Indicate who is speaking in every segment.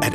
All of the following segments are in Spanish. Speaker 1: At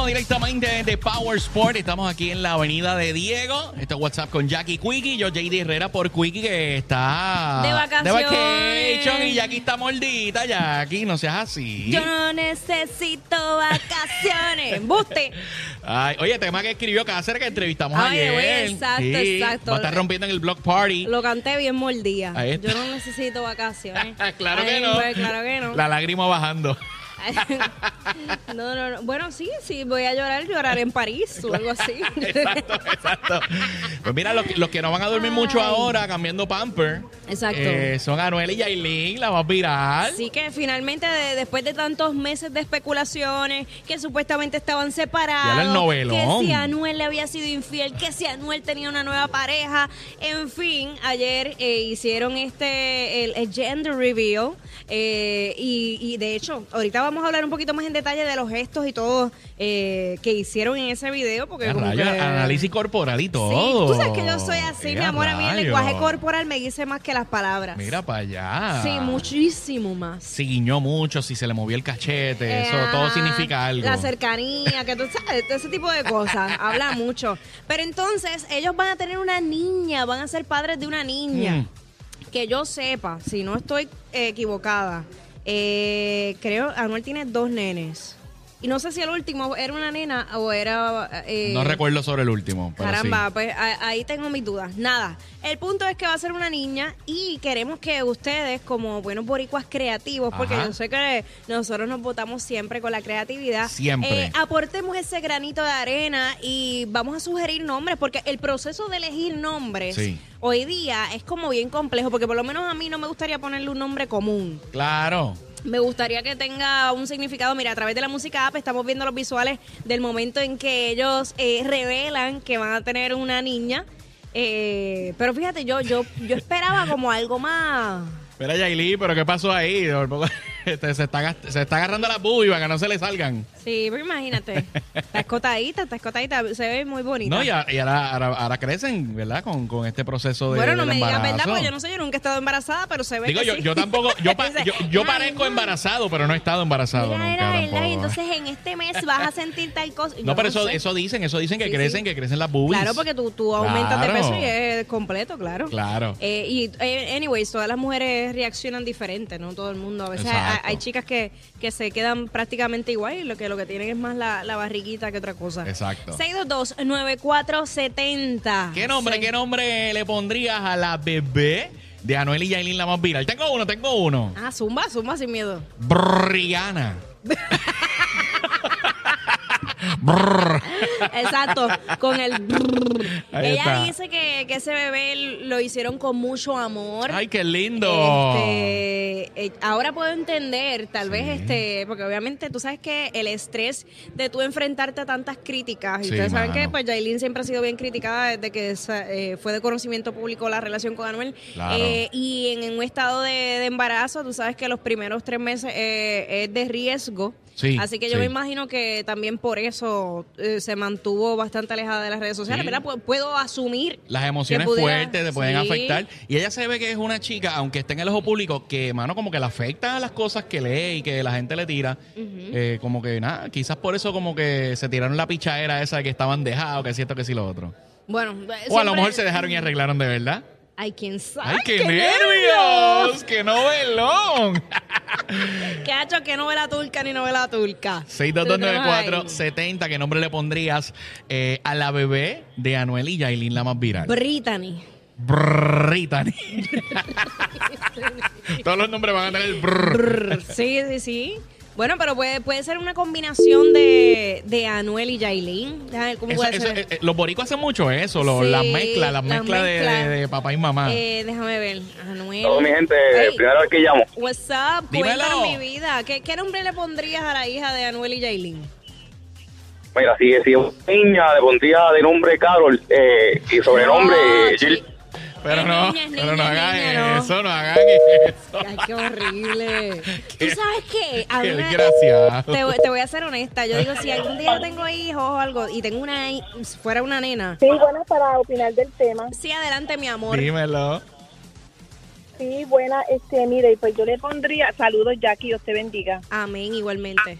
Speaker 2: Directamente de Power Sport, estamos aquí en la avenida de Diego. Esto es WhatsApp con Jackie Quickie. Yo, JD Herrera, por Quickie, que está.
Speaker 3: De vacaciones.
Speaker 2: De vacation. Y Jackie está mordita, Jackie. No seas así.
Speaker 3: Yo no necesito vacaciones. Embuste.
Speaker 2: Ay, oye, tema que escribió Cáceres que entrevistamos
Speaker 3: Ay,
Speaker 2: ayer.
Speaker 3: oye, exacto, exacto.
Speaker 2: Va a estar rompiendo en el block party.
Speaker 3: Lo canté bien mordida.
Speaker 2: Ahí está.
Speaker 3: Yo no necesito vacaciones.
Speaker 2: Ah, claro que
Speaker 3: Ay,
Speaker 2: no.
Speaker 3: pues, claro que no.
Speaker 2: La lágrima bajando.
Speaker 3: no, no, no. Bueno, sí, sí, voy a llorar, lloraré en París o algo así.
Speaker 2: Exacto, exacto. Pues mira, los, que- los que no van a dormir mucho
Speaker 3: Ay.
Speaker 2: ahora cambiando pamper
Speaker 3: Exacto.
Speaker 2: eh, son Anuel y Yailin, la más viral.
Speaker 3: Así que finalmente, de- después de tantos meses de especulaciones, que supuestamente estaban separados,
Speaker 2: Ya era el novelón.
Speaker 3: que si Anuel le había sido infiel, que si Anuel tenía una nueva pareja, en fin, ayer eh, hicieron este el, el gender reveal eh, y, y de hecho, ahorita vamos a hablar un poquito más en detalle de los gestos y todo eh, que hicieron en ese video, porque
Speaker 2: Ya
Speaker 3: como
Speaker 2: Ah, rayos,
Speaker 3: que-
Speaker 2: análisis corporal y
Speaker 3: Sí,
Speaker 2: todo.
Speaker 3: tú sabes que yo soy así, mi
Speaker 2: Ya
Speaker 3: amor, a mí el
Speaker 2: rayos.
Speaker 3: lenguaje corporal me dice más que las palabras.
Speaker 2: Mira para allá.
Speaker 3: Sí, muchísimo más.
Speaker 2: Si guiñó mucho, si se le movió el cachete, eso
Speaker 3: Eh,
Speaker 2: todo
Speaker 3: ajá,
Speaker 2: significa algo.
Speaker 3: La cercanía, que tú sabes, todo ese tipo de cosas. Habla mucho. Pero entonces, ellos van a tener una niña, van a ser padres de una niña.
Speaker 2: Mm.
Speaker 3: Que yo sepa, si no estoy eh, equivocada, eh, creo Anuel tiene dos nenes. Y no sé si el último era una nena o era. eh,
Speaker 2: no recuerdo sobre el último. Pero
Speaker 3: Caramba,
Speaker 2: sí.
Speaker 3: pues a- ahí tengo mis dudas. Nada, el punto es que va a ser una niña y queremos que ustedes, como buenos boricuas creativos, porque
Speaker 2: Ajá.
Speaker 3: yo sé que nosotros nos votamos siempre con la creatividad,
Speaker 2: Siempre.
Speaker 3: eh, aportemos ese granito de arena y vamos a sugerir nombres, porque el proceso de elegir nombres
Speaker 2: Sí.
Speaker 3: hoy día es como bien complejo, porque por lo menos a mí no me gustaría ponerle un nombre común.
Speaker 2: Claro.
Speaker 3: Me gustaría que tenga un significado. Mira, a través de la música app estamos viendo los visuales del momento en que ellos eh, revelan que van a tener una niña. Eh, pero fíjate, yo, yo, yo esperaba como algo más.
Speaker 2: Mira, Yailin, pero ¿qué pasó ahí? Este, se, está, gast- se está agarrando las bubis para que no se le salgan.
Speaker 3: Sí, pero imagínate. Está escotadita, está escotadita. Se ve muy bonita.
Speaker 2: No, y, a- y ahora, ahora- ahora crecen, ¿verdad? Con, con este proceso de.
Speaker 3: bueno, no
Speaker 2: del
Speaker 3: me digas
Speaker 2: embarazo.
Speaker 3: verdad, porque yo no sé, yo nunca he estado embarazada, pero se ve
Speaker 2: Digo,
Speaker 3: que
Speaker 2: yo,
Speaker 3: sí.
Speaker 2: yo tampoco. Yo, pa-
Speaker 3: Dice,
Speaker 2: yo, yo
Speaker 3: "Ay,
Speaker 2: parezco
Speaker 3: no".
Speaker 2: embarazado, pero no he estado embarazado
Speaker 3: Mira,
Speaker 2: nunca.
Speaker 3: era verdad,
Speaker 2: tampoco.
Speaker 3: y entonces en este mes vas a sentir tal cosa. Yo
Speaker 2: no, pero eso,
Speaker 3: sé.
Speaker 2: eso dicen, eso dicen que
Speaker 3: Sí,
Speaker 2: crecen,
Speaker 3: sí.
Speaker 2: que crecen las bubis.
Speaker 3: Claro, porque tú, tú aumentas
Speaker 2: Claro.
Speaker 3: de peso y es completo, claro.
Speaker 2: Claro.
Speaker 3: Eh, y, eh, anyways, todas las mujeres reaccionan diferente, ¿no? Todo el mundo. A veces hay,
Speaker 2: Exacto.
Speaker 3: hay chicas que, que se quedan prácticamente igual y lo que, lo que tienen es más la, la barriguita que otra cosa.
Speaker 2: Exacto.
Speaker 3: 622-9470.
Speaker 2: ¿Qué nombre,
Speaker 3: Sí.
Speaker 2: qué nombre le pondrías a la bebé de Anuel y Yailin la más viral? Tengo uno, tengo uno.
Speaker 3: Ah, zumba, zumba sin miedo.
Speaker 2: Brianna.
Speaker 3: Exacto, con el. brrr.
Speaker 2: Ahí
Speaker 3: Ella
Speaker 2: está.
Speaker 3: dice que, que ese bebé lo hicieron con mucho amor.
Speaker 2: Ay, qué lindo.
Speaker 3: Este, eh, ahora puedo entender, tal vez, este, porque obviamente tú sabes que el estrés de tú enfrentarte a tantas críticas, y
Speaker 2: Sí,
Speaker 3: ustedes saben
Speaker 2: mano.
Speaker 3: que pues Yailin siempre ha sido bien criticada desde que sa- eh, fue de conocimiento público la relación con Anuel,
Speaker 2: Claro.
Speaker 3: Eh, y en, en un estado de, de embarazo, tú sabes que los primeros tres meses eh, es de riesgo.
Speaker 2: Sí,
Speaker 3: Así que yo
Speaker 2: sí.
Speaker 3: me imagino que también por eso eh, se mantuvo bastante alejada de las redes sociales.
Speaker 2: Sí.
Speaker 3: Mira, pu- puedo asumir
Speaker 2: Las emociones
Speaker 3: que pudiera-
Speaker 2: fuertes te pueden
Speaker 3: Sí.
Speaker 2: afectar. Y ella se ve que es una chica, aunque esté en el ojo público, que, mano, como que le afecta a las cosas que lee y que la gente le tira. Eh, como que, nada, quizás por eso como que se tiraron la pichadera esa de que estaban dejados, que si esto, que si lo otro.
Speaker 3: Bueno, eh,
Speaker 2: O a lo
Speaker 3: siempre-
Speaker 2: mejor se dejaron y arreglaron de verdad.
Speaker 3: Ay, quién sabe.
Speaker 2: ¡Ay, qué, nervios! ¡Qué novelón!
Speaker 3: ¿Qué ha hecho que novela turca ni novela turca?
Speaker 2: 6229470, ¿qué nombre le pondrías eh, a la bebé de Anuel y Yailin, la más viral?
Speaker 3: Brittany.
Speaker 2: Brittany. Todos los nombres van a tener brr.
Speaker 3: Brr, sí, sí, sí. Bueno, pero puede, puede ser una combinación de, de Anuel y Yailin. Déjame ver cómo
Speaker 2: Eso-
Speaker 3: puede
Speaker 2: eso-
Speaker 3: ser.
Speaker 2: eh, eh, los boricuas hacen mucho eso, lo- las
Speaker 3: Sí,
Speaker 2: mezclas, las
Speaker 3: las
Speaker 2: mezclas de, de-
Speaker 3: mezclas.
Speaker 2: de papá y mamá.
Speaker 3: Eh, déjame ver. Anuel.
Speaker 4: Todo mi gente,
Speaker 3: Ey,
Speaker 4: primera vez que llamo.
Speaker 3: What's up?
Speaker 2: Dímelo.
Speaker 3: Cuéntanos mi vida. ¿Qué, ¿Qué nombre le pondrías a la hija de Anuel y Yailin?
Speaker 4: Mira, si, si es una niña, le pondría de nombre Carol eh, y sobrenombre
Speaker 3: Ah,
Speaker 4: eh, Jill.
Speaker 3: chi-
Speaker 2: pero
Speaker 3: es
Speaker 2: no,
Speaker 3: niña, es
Speaker 2: pero no
Speaker 3: niña, es
Speaker 2: hagan
Speaker 3: niña, no.
Speaker 2: eso, no, hagan eso.
Speaker 3: Ay, qué horrible.
Speaker 2: Qué-
Speaker 3: ¿Tú sabes qué? A
Speaker 2: qué
Speaker 3: mí me-
Speaker 2: desgraciado.
Speaker 3: Te, voy- te voy a ser honesta. Yo digo, si algún día yo tengo hijos o algo y tengo una, hi- si fuera una nena.
Speaker 5: Sí, bueno, para opinar del tema.
Speaker 3: Sí, adelante, mi amor.
Speaker 2: Dímelo.
Speaker 5: Sí, buena, este, mire, pues yo le pondría, saludos Jackie, Dios te bendiga
Speaker 3: Amén, igualmente.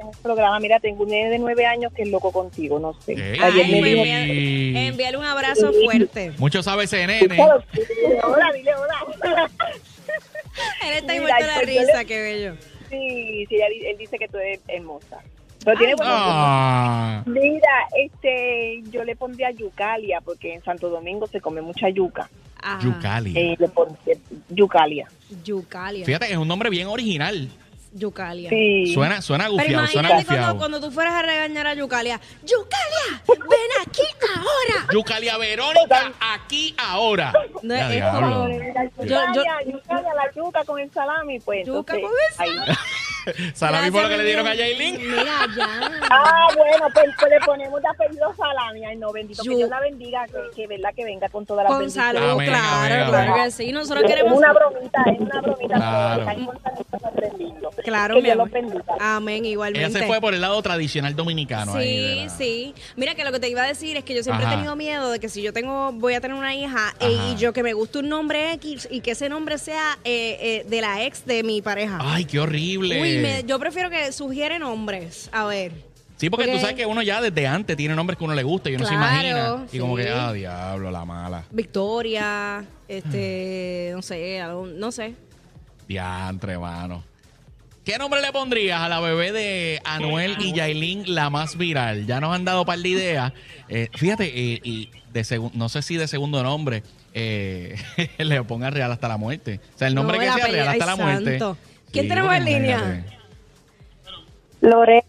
Speaker 5: en el programa. Mira, tengo un nene de nueve años que es loco contigo, no sé.
Speaker 2: Ey.
Speaker 5: Ayer
Speaker 3: Ay,
Speaker 5: me
Speaker 3: pues,
Speaker 5: dijo,
Speaker 2: bien.
Speaker 3: envía- envíale un abrazo fuerte.
Speaker 2: Mucho sabe ese nene.
Speaker 5: "Claro, dile hola, dile hola.
Speaker 3: Él está
Speaker 5: Mira,
Speaker 3: envuelto de
Speaker 5: pues, yo
Speaker 3: risa,
Speaker 5: le-
Speaker 3: qué bello.
Speaker 5: sí, sí, ella di- él dice que tú eres hermosa. Pero tiene buenos gustos.
Speaker 2: Ah.
Speaker 5: Mira, este, yo le pondría yucalia, porque en Santo Domingo se come mucha yuca.
Speaker 3: Ajá.
Speaker 2: Yucali.
Speaker 5: Eh, le pondría yucalia.
Speaker 3: Yucalia.
Speaker 2: Fíjate, es un nombre bien original.
Speaker 3: Yucalia.
Speaker 5: Sí.
Speaker 2: Suena, suena
Speaker 3: Pero
Speaker 2: gufiado, suena
Speaker 3: imagínate cuando,
Speaker 2: gufiado.
Speaker 3: cuando tú fueras a regañar a Yucalia. ¡Yucalia! ¡Ven aquí ahora!
Speaker 2: Yucalia Verónica, aquí ahora.
Speaker 3: No,
Speaker 2: Ya,
Speaker 3: es
Speaker 2: diablo.
Speaker 3: yo-
Speaker 5: Yucalia, yucalia, la yuca con el salami, pues.
Speaker 3: Yuca
Speaker 5: entonces,
Speaker 3: con el
Speaker 5: ahí.
Speaker 2: Salami fue lo que
Speaker 3: Gracias,
Speaker 2: le dieron a
Speaker 3: mi amor.
Speaker 2: Yailin.
Speaker 3: Mira, ya.
Speaker 5: Ah, bueno, pues, pues le ponemos de apellido salami. Ay, no, bendito,
Speaker 3: Yu-
Speaker 5: que Dios la bendiga, que, que verdad que venga con todas las
Speaker 3: Con
Speaker 5: bendiciones.
Speaker 3: salud,
Speaker 2: Amén,
Speaker 3: claro,
Speaker 2: amén,
Speaker 3: claro
Speaker 5: amén.
Speaker 3: que sí. Nosotros queremos.
Speaker 5: Es una bromita, es una bromita.
Speaker 2: Claro.
Speaker 5: pero están con saludito, son tres lindos.
Speaker 3: Claro,
Speaker 5: que
Speaker 3: mi
Speaker 5: Dios
Speaker 3: amor. Ah.
Speaker 5: los bendiga.
Speaker 3: Amén,
Speaker 2: Ella
Speaker 3: igualmente.
Speaker 2: se fue por el lado tradicional dominicano. ahí de
Speaker 3: Sí,
Speaker 2: la-
Speaker 3: sí. Mira que lo que te iba a decir es que yo siempre
Speaker 2: Ajá.
Speaker 3: he tenido miedo de que si yo tengo, voy a tener una hija eh,
Speaker 2: Ajá.
Speaker 3: y yo que me guste un nombre X y que ese nombre sea eh, eh, de la ex de mi pareja.
Speaker 2: Ay, qué horrible.
Speaker 3: Uy, me- yo prefiero que sugiere nombres. A ver.
Speaker 2: Sí, porque tú
Speaker 3: porque-
Speaker 2: sabes que uno ya desde antes tiene nombres que uno le gusta y uno
Speaker 3: Claro,
Speaker 2: se imagina. Y como
Speaker 3: sí.
Speaker 2: que, ah, diablo, la mala.
Speaker 3: Victoria, este, no sé, algo- no sé.
Speaker 2: Diantre, mano. ¿Qué nombre le pondrías a la bebé de Anuel y Yailin, la más viral? Ya nos han dado par de ideas. Eh, fíjate, eh, y de segun- no sé si de segundo nombre eh, le ponga real hasta la muerte. O sea, el nombre
Speaker 3: No,
Speaker 2: que
Speaker 3: el
Speaker 2: sea
Speaker 3: apellido-
Speaker 2: real hasta
Speaker 3: ay,
Speaker 2: la muerte.
Speaker 3: santo. ¿Quién tenemos
Speaker 2: porque
Speaker 3: en línea?
Speaker 2: imagínate.
Speaker 5: Lore,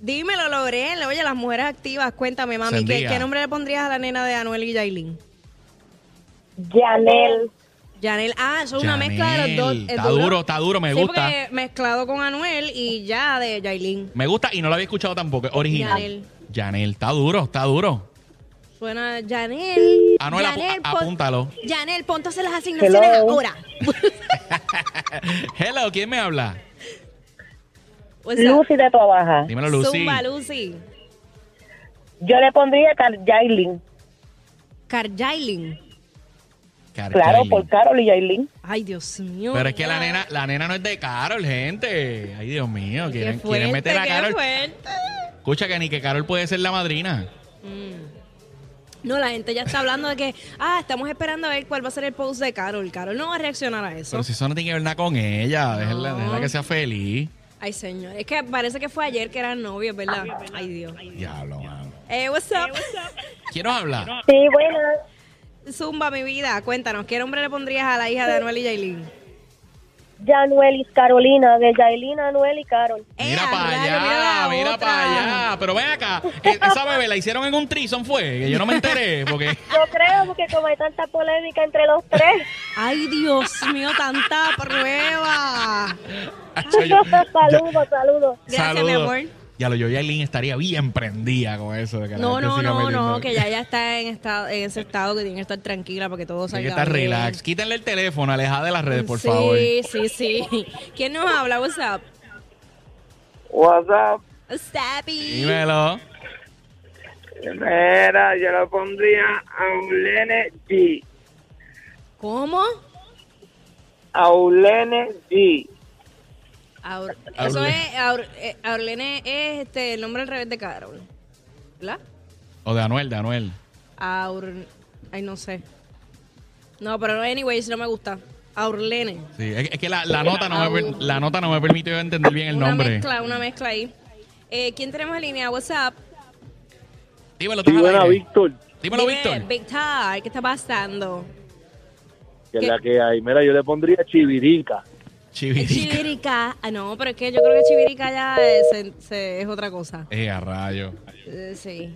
Speaker 3: Dímelo, Lorel. Oye, las mujeres activas, cuéntame, mami, ¿qué,
Speaker 2: Sandía.
Speaker 3: qué nombre le pondrías a la nena de Anuel y Yailin?
Speaker 5: Janel,
Speaker 3: Yanel, ah, eso es una
Speaker 2: Yanel.
Speaker 3: mezcla de los dos. Es
Speaker 2: Está duro, está duro, me
Speaker 3: Sí,
Speaker 2: gusta.
Speaker 3: porque mezclado con Anuel y ya de Yailin.
Speaker 2: Me gusta y no lo había escuchado tampoco. es Original.
Speaker 3: Yanel.
Speaker 2: Yanel, está duro, está duro.
Speaker 3: Suena Yanel.
Speaker 2: Anuel, apu-
Speaker 3: Yanel, pon-
Speaker 2: apúntalo.
Speaker 3: Yanel, ponte a hacer las asignaciones
Speaker 5: Hello.
Speaker 3: ahora.
Speaker 2: Hello, ¿quién me habla?
Speaker 3: O sea,
Speaker 5: Lucy de tu abaja.
Speaker 2: Dímelo, Lucy.
Speaker 3: Zumba, Lucy.
Speaker 5: Yo le pondría Car- Yailin,
Speaker 3: Carjailin.
Speaker 2: Car-
Speaker 5: claro,
Speaker 2: Yailin.
Speaker 5: por Carol y Yailin.
Speaker 3: Ay, Dios mío.
Speaker 2: Pero es que la nena, la nena no es de Carol, gente. Ay, Dios mío,
Speaker 3: Qué
Speaker 2: quieren,
Speaker 3: fuerte,
Speaker 2: quieren meter a
Speaker 3: qué
Speaker 2: Carol.
Speaker 3: fuerte.
Speaker 2: Escucha que ni que Carol puede ser la madrina.
Speaker 3: No, la gente ya está hablando de que, ah, estamos esperando a ver cuál va a ser el post de Carol. Carol no va a reaccionar a eso.
Speaker 2: Pero si eso no tiene que ver nada con ella, déjala,
Speaker 3: No.
Speaker 2: déjala que sea feliz.
Speaker 3: Ay, señor. Es que parece que fue ayer que eran
Speaker 2: Ah,
Speaker 3: novios, ¿verdad? Ay, Dios.
Speaker 2: Diablo, mano.
Speaker 3: Eh, what's up?
Speaker 2: ¿Quién nos habla?
Speaker 5: Sí, buenas.
Speaker 3: Zumba, mi vida. Cuéntanos, ¿qué nombre le pondrías a la hija de Anuel y Yailin?
Speaker 5: Januel y Carolina, de Yailin, Anuel y Carol.
Speaker 2: Mira
Speaker 3: Eh,
Speaker 2: para
Speaker 3: rayo,
Speaker 2: allá,
Speaker 3: mira la
Speaker 2: mira,
Speaker 3: otra.
Speaker 2: para allá. Pero ven acá, e- esa bebé la hicieron en un trison, fue, que yo no me enteré, porque
Speaker 5: Yo creo, porque como hay tanta polémica entre los tres.
Speaker 3: Ay, Dios mío, tanta prueba.
Speaker 2: Hacho, yo-
Speaker 5: saludos, saludos.
Speaker 3: Gracias,
Speaker 2: Saludos.
Speaker 3: mi amor.
Speaker 2: Ya lo yo, Yailin estaría bien prendida con eso. De que la
Speaker 3: No,
Speaker 2: gente
Speaker 3: no,
Speaker 2: siga
Speaker 3: no,
Speaker 2: metiendo-
Speaker 3: no, que ya ya está en, estado, en ese estado que tiene que estar tranquila para que todo
Speaker 2: Tiene
Speaker 3: salga
Speaker 2: que estar
Speaker 3: bien.
Speaker 2: relax. Quítenle el teléfono, alejada de las redes, por
Speaker 3: sí,
Speaker 2: favor.
Speaker 3: Sí, sí, ¿Quién nos habla? What's up?
Speaker 6: WhatsApp.
Speaker 3: Sappy.
Speaker 2: Dímelo.
Speaker 6: Mira, yo lo pondría a Aulene G.
Speaker 3: ¿Cómo?
Speaker 6: Aulene G.
Speaker 3: Aur-
Speaker 2: Aurlene.
Speaker 3: Eso es, Aur- eh, Aurlene es este, el nombre al revés de Carol. ¿Verdad?
Speaker 2: O de Anuel, de Anuel.
Speaker 3: Aur... Ay, no sé. No, pero anyways, no me gusta. Aurlene.
Speaker 2: Sí, es, es que la, la nota no me, per- la nota no me permitió entender bien el
Speaker 3: una
Speaker 2: nombre.
Speaker 3: mezcla, una mezcla ahí. Eh, ¿Quién tenemos en línea? WhatsApp.
Speaker 2: Dímelo,
Speaker 4: Sí,
Speaker 2: estás al
Speaker 4: buena,
Speaker 2: aire.
Speaker 4: Víctor.
Speaker 2: Dímelo,
Speaker 3: Dime,
Speaker 2: Víctor.
Speaker 3: Víctor, ¿qué está pasando?
Speaker 4: Que es
Speaker 3: ¿Qué?
Speaker 4: la que hay. Mira, yo le pondría chivirica.
Speaker 2: Chivirica.
Speaker 3: Chivirica. Ah, no, pero es que yo creo que Chivirica ya es, se- se- es otra cosa.
Speaker 2: Eh, a rayo.
Speaker 3: Eh, sí.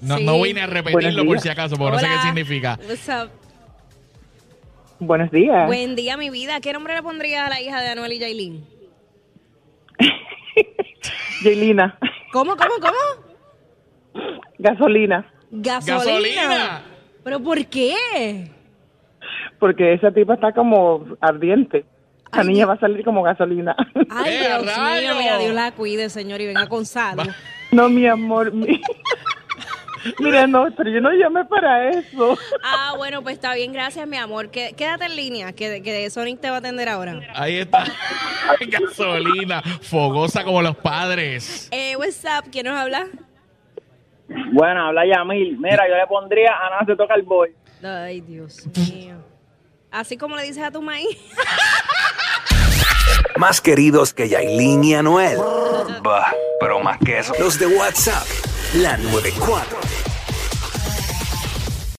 Speaker 2: No,
Speaker 3: Sí.
Speaker 2: no vine a repetirlo
Speaker 6: Buenos
Speaker 2: por
Speaker 6: días.
Speaker 2: si acaso, porque no sé
Speaker 3: Hola.
Speaker 2: qué significa.
Speaker 3: What's up?
Speaker 6: Buenos días.
Speaker 3: Buen día, mi vida. ¿Qué nombre le pondrías a la hija de Anuel y Jailin?
Speaker 6: Yelina.
Speaker 3: ¿Cómo, cómo, cómo?
Speaker 6: Gasolina.
Speaker 3: Gasolina.
Speaker 2: Gasolina.
Speaker 3: ¿Pero por qué?
Speaker 6: Porque esa tipa está como ardiente. La
Speaker 3: Ay,
Speaker 6: niña
Speaker 3: Dios.
Speaker 6: va a salir como gasolina.
Speaker 3: Ay,
Speaker 2: ¡Eh,
Speaker 3: Dios
Speaker 2: rayos!
Speaker 3: mío, mira, Dios la cuide, señor, y venga con salvo.
Speaker 6: no, mi amor. mi- Mira, no, pero yo no llamé para eso.
Speaker 3: Ah, bueno, pues está bien, gracias, mi amor. Qué- Quédate en línea, que, que Sonic te va a atender ahora.
Speaker 2: Ahí está. Gasolina. Fogosa como los padres.
Speaker 3: Eh, what's up? ¿Quién nos habla?
Speaker 7: Bueno, habla Yamil. Mira, yo le pondría a nada se toca el boy.
Speaker 3: Ay, Dios mío. Así como le dices a tu maíz.
Speaker 8: Más queridos que Yailin y Anuel. Bah, pero más que eso. Los de WhatsApp, la 94.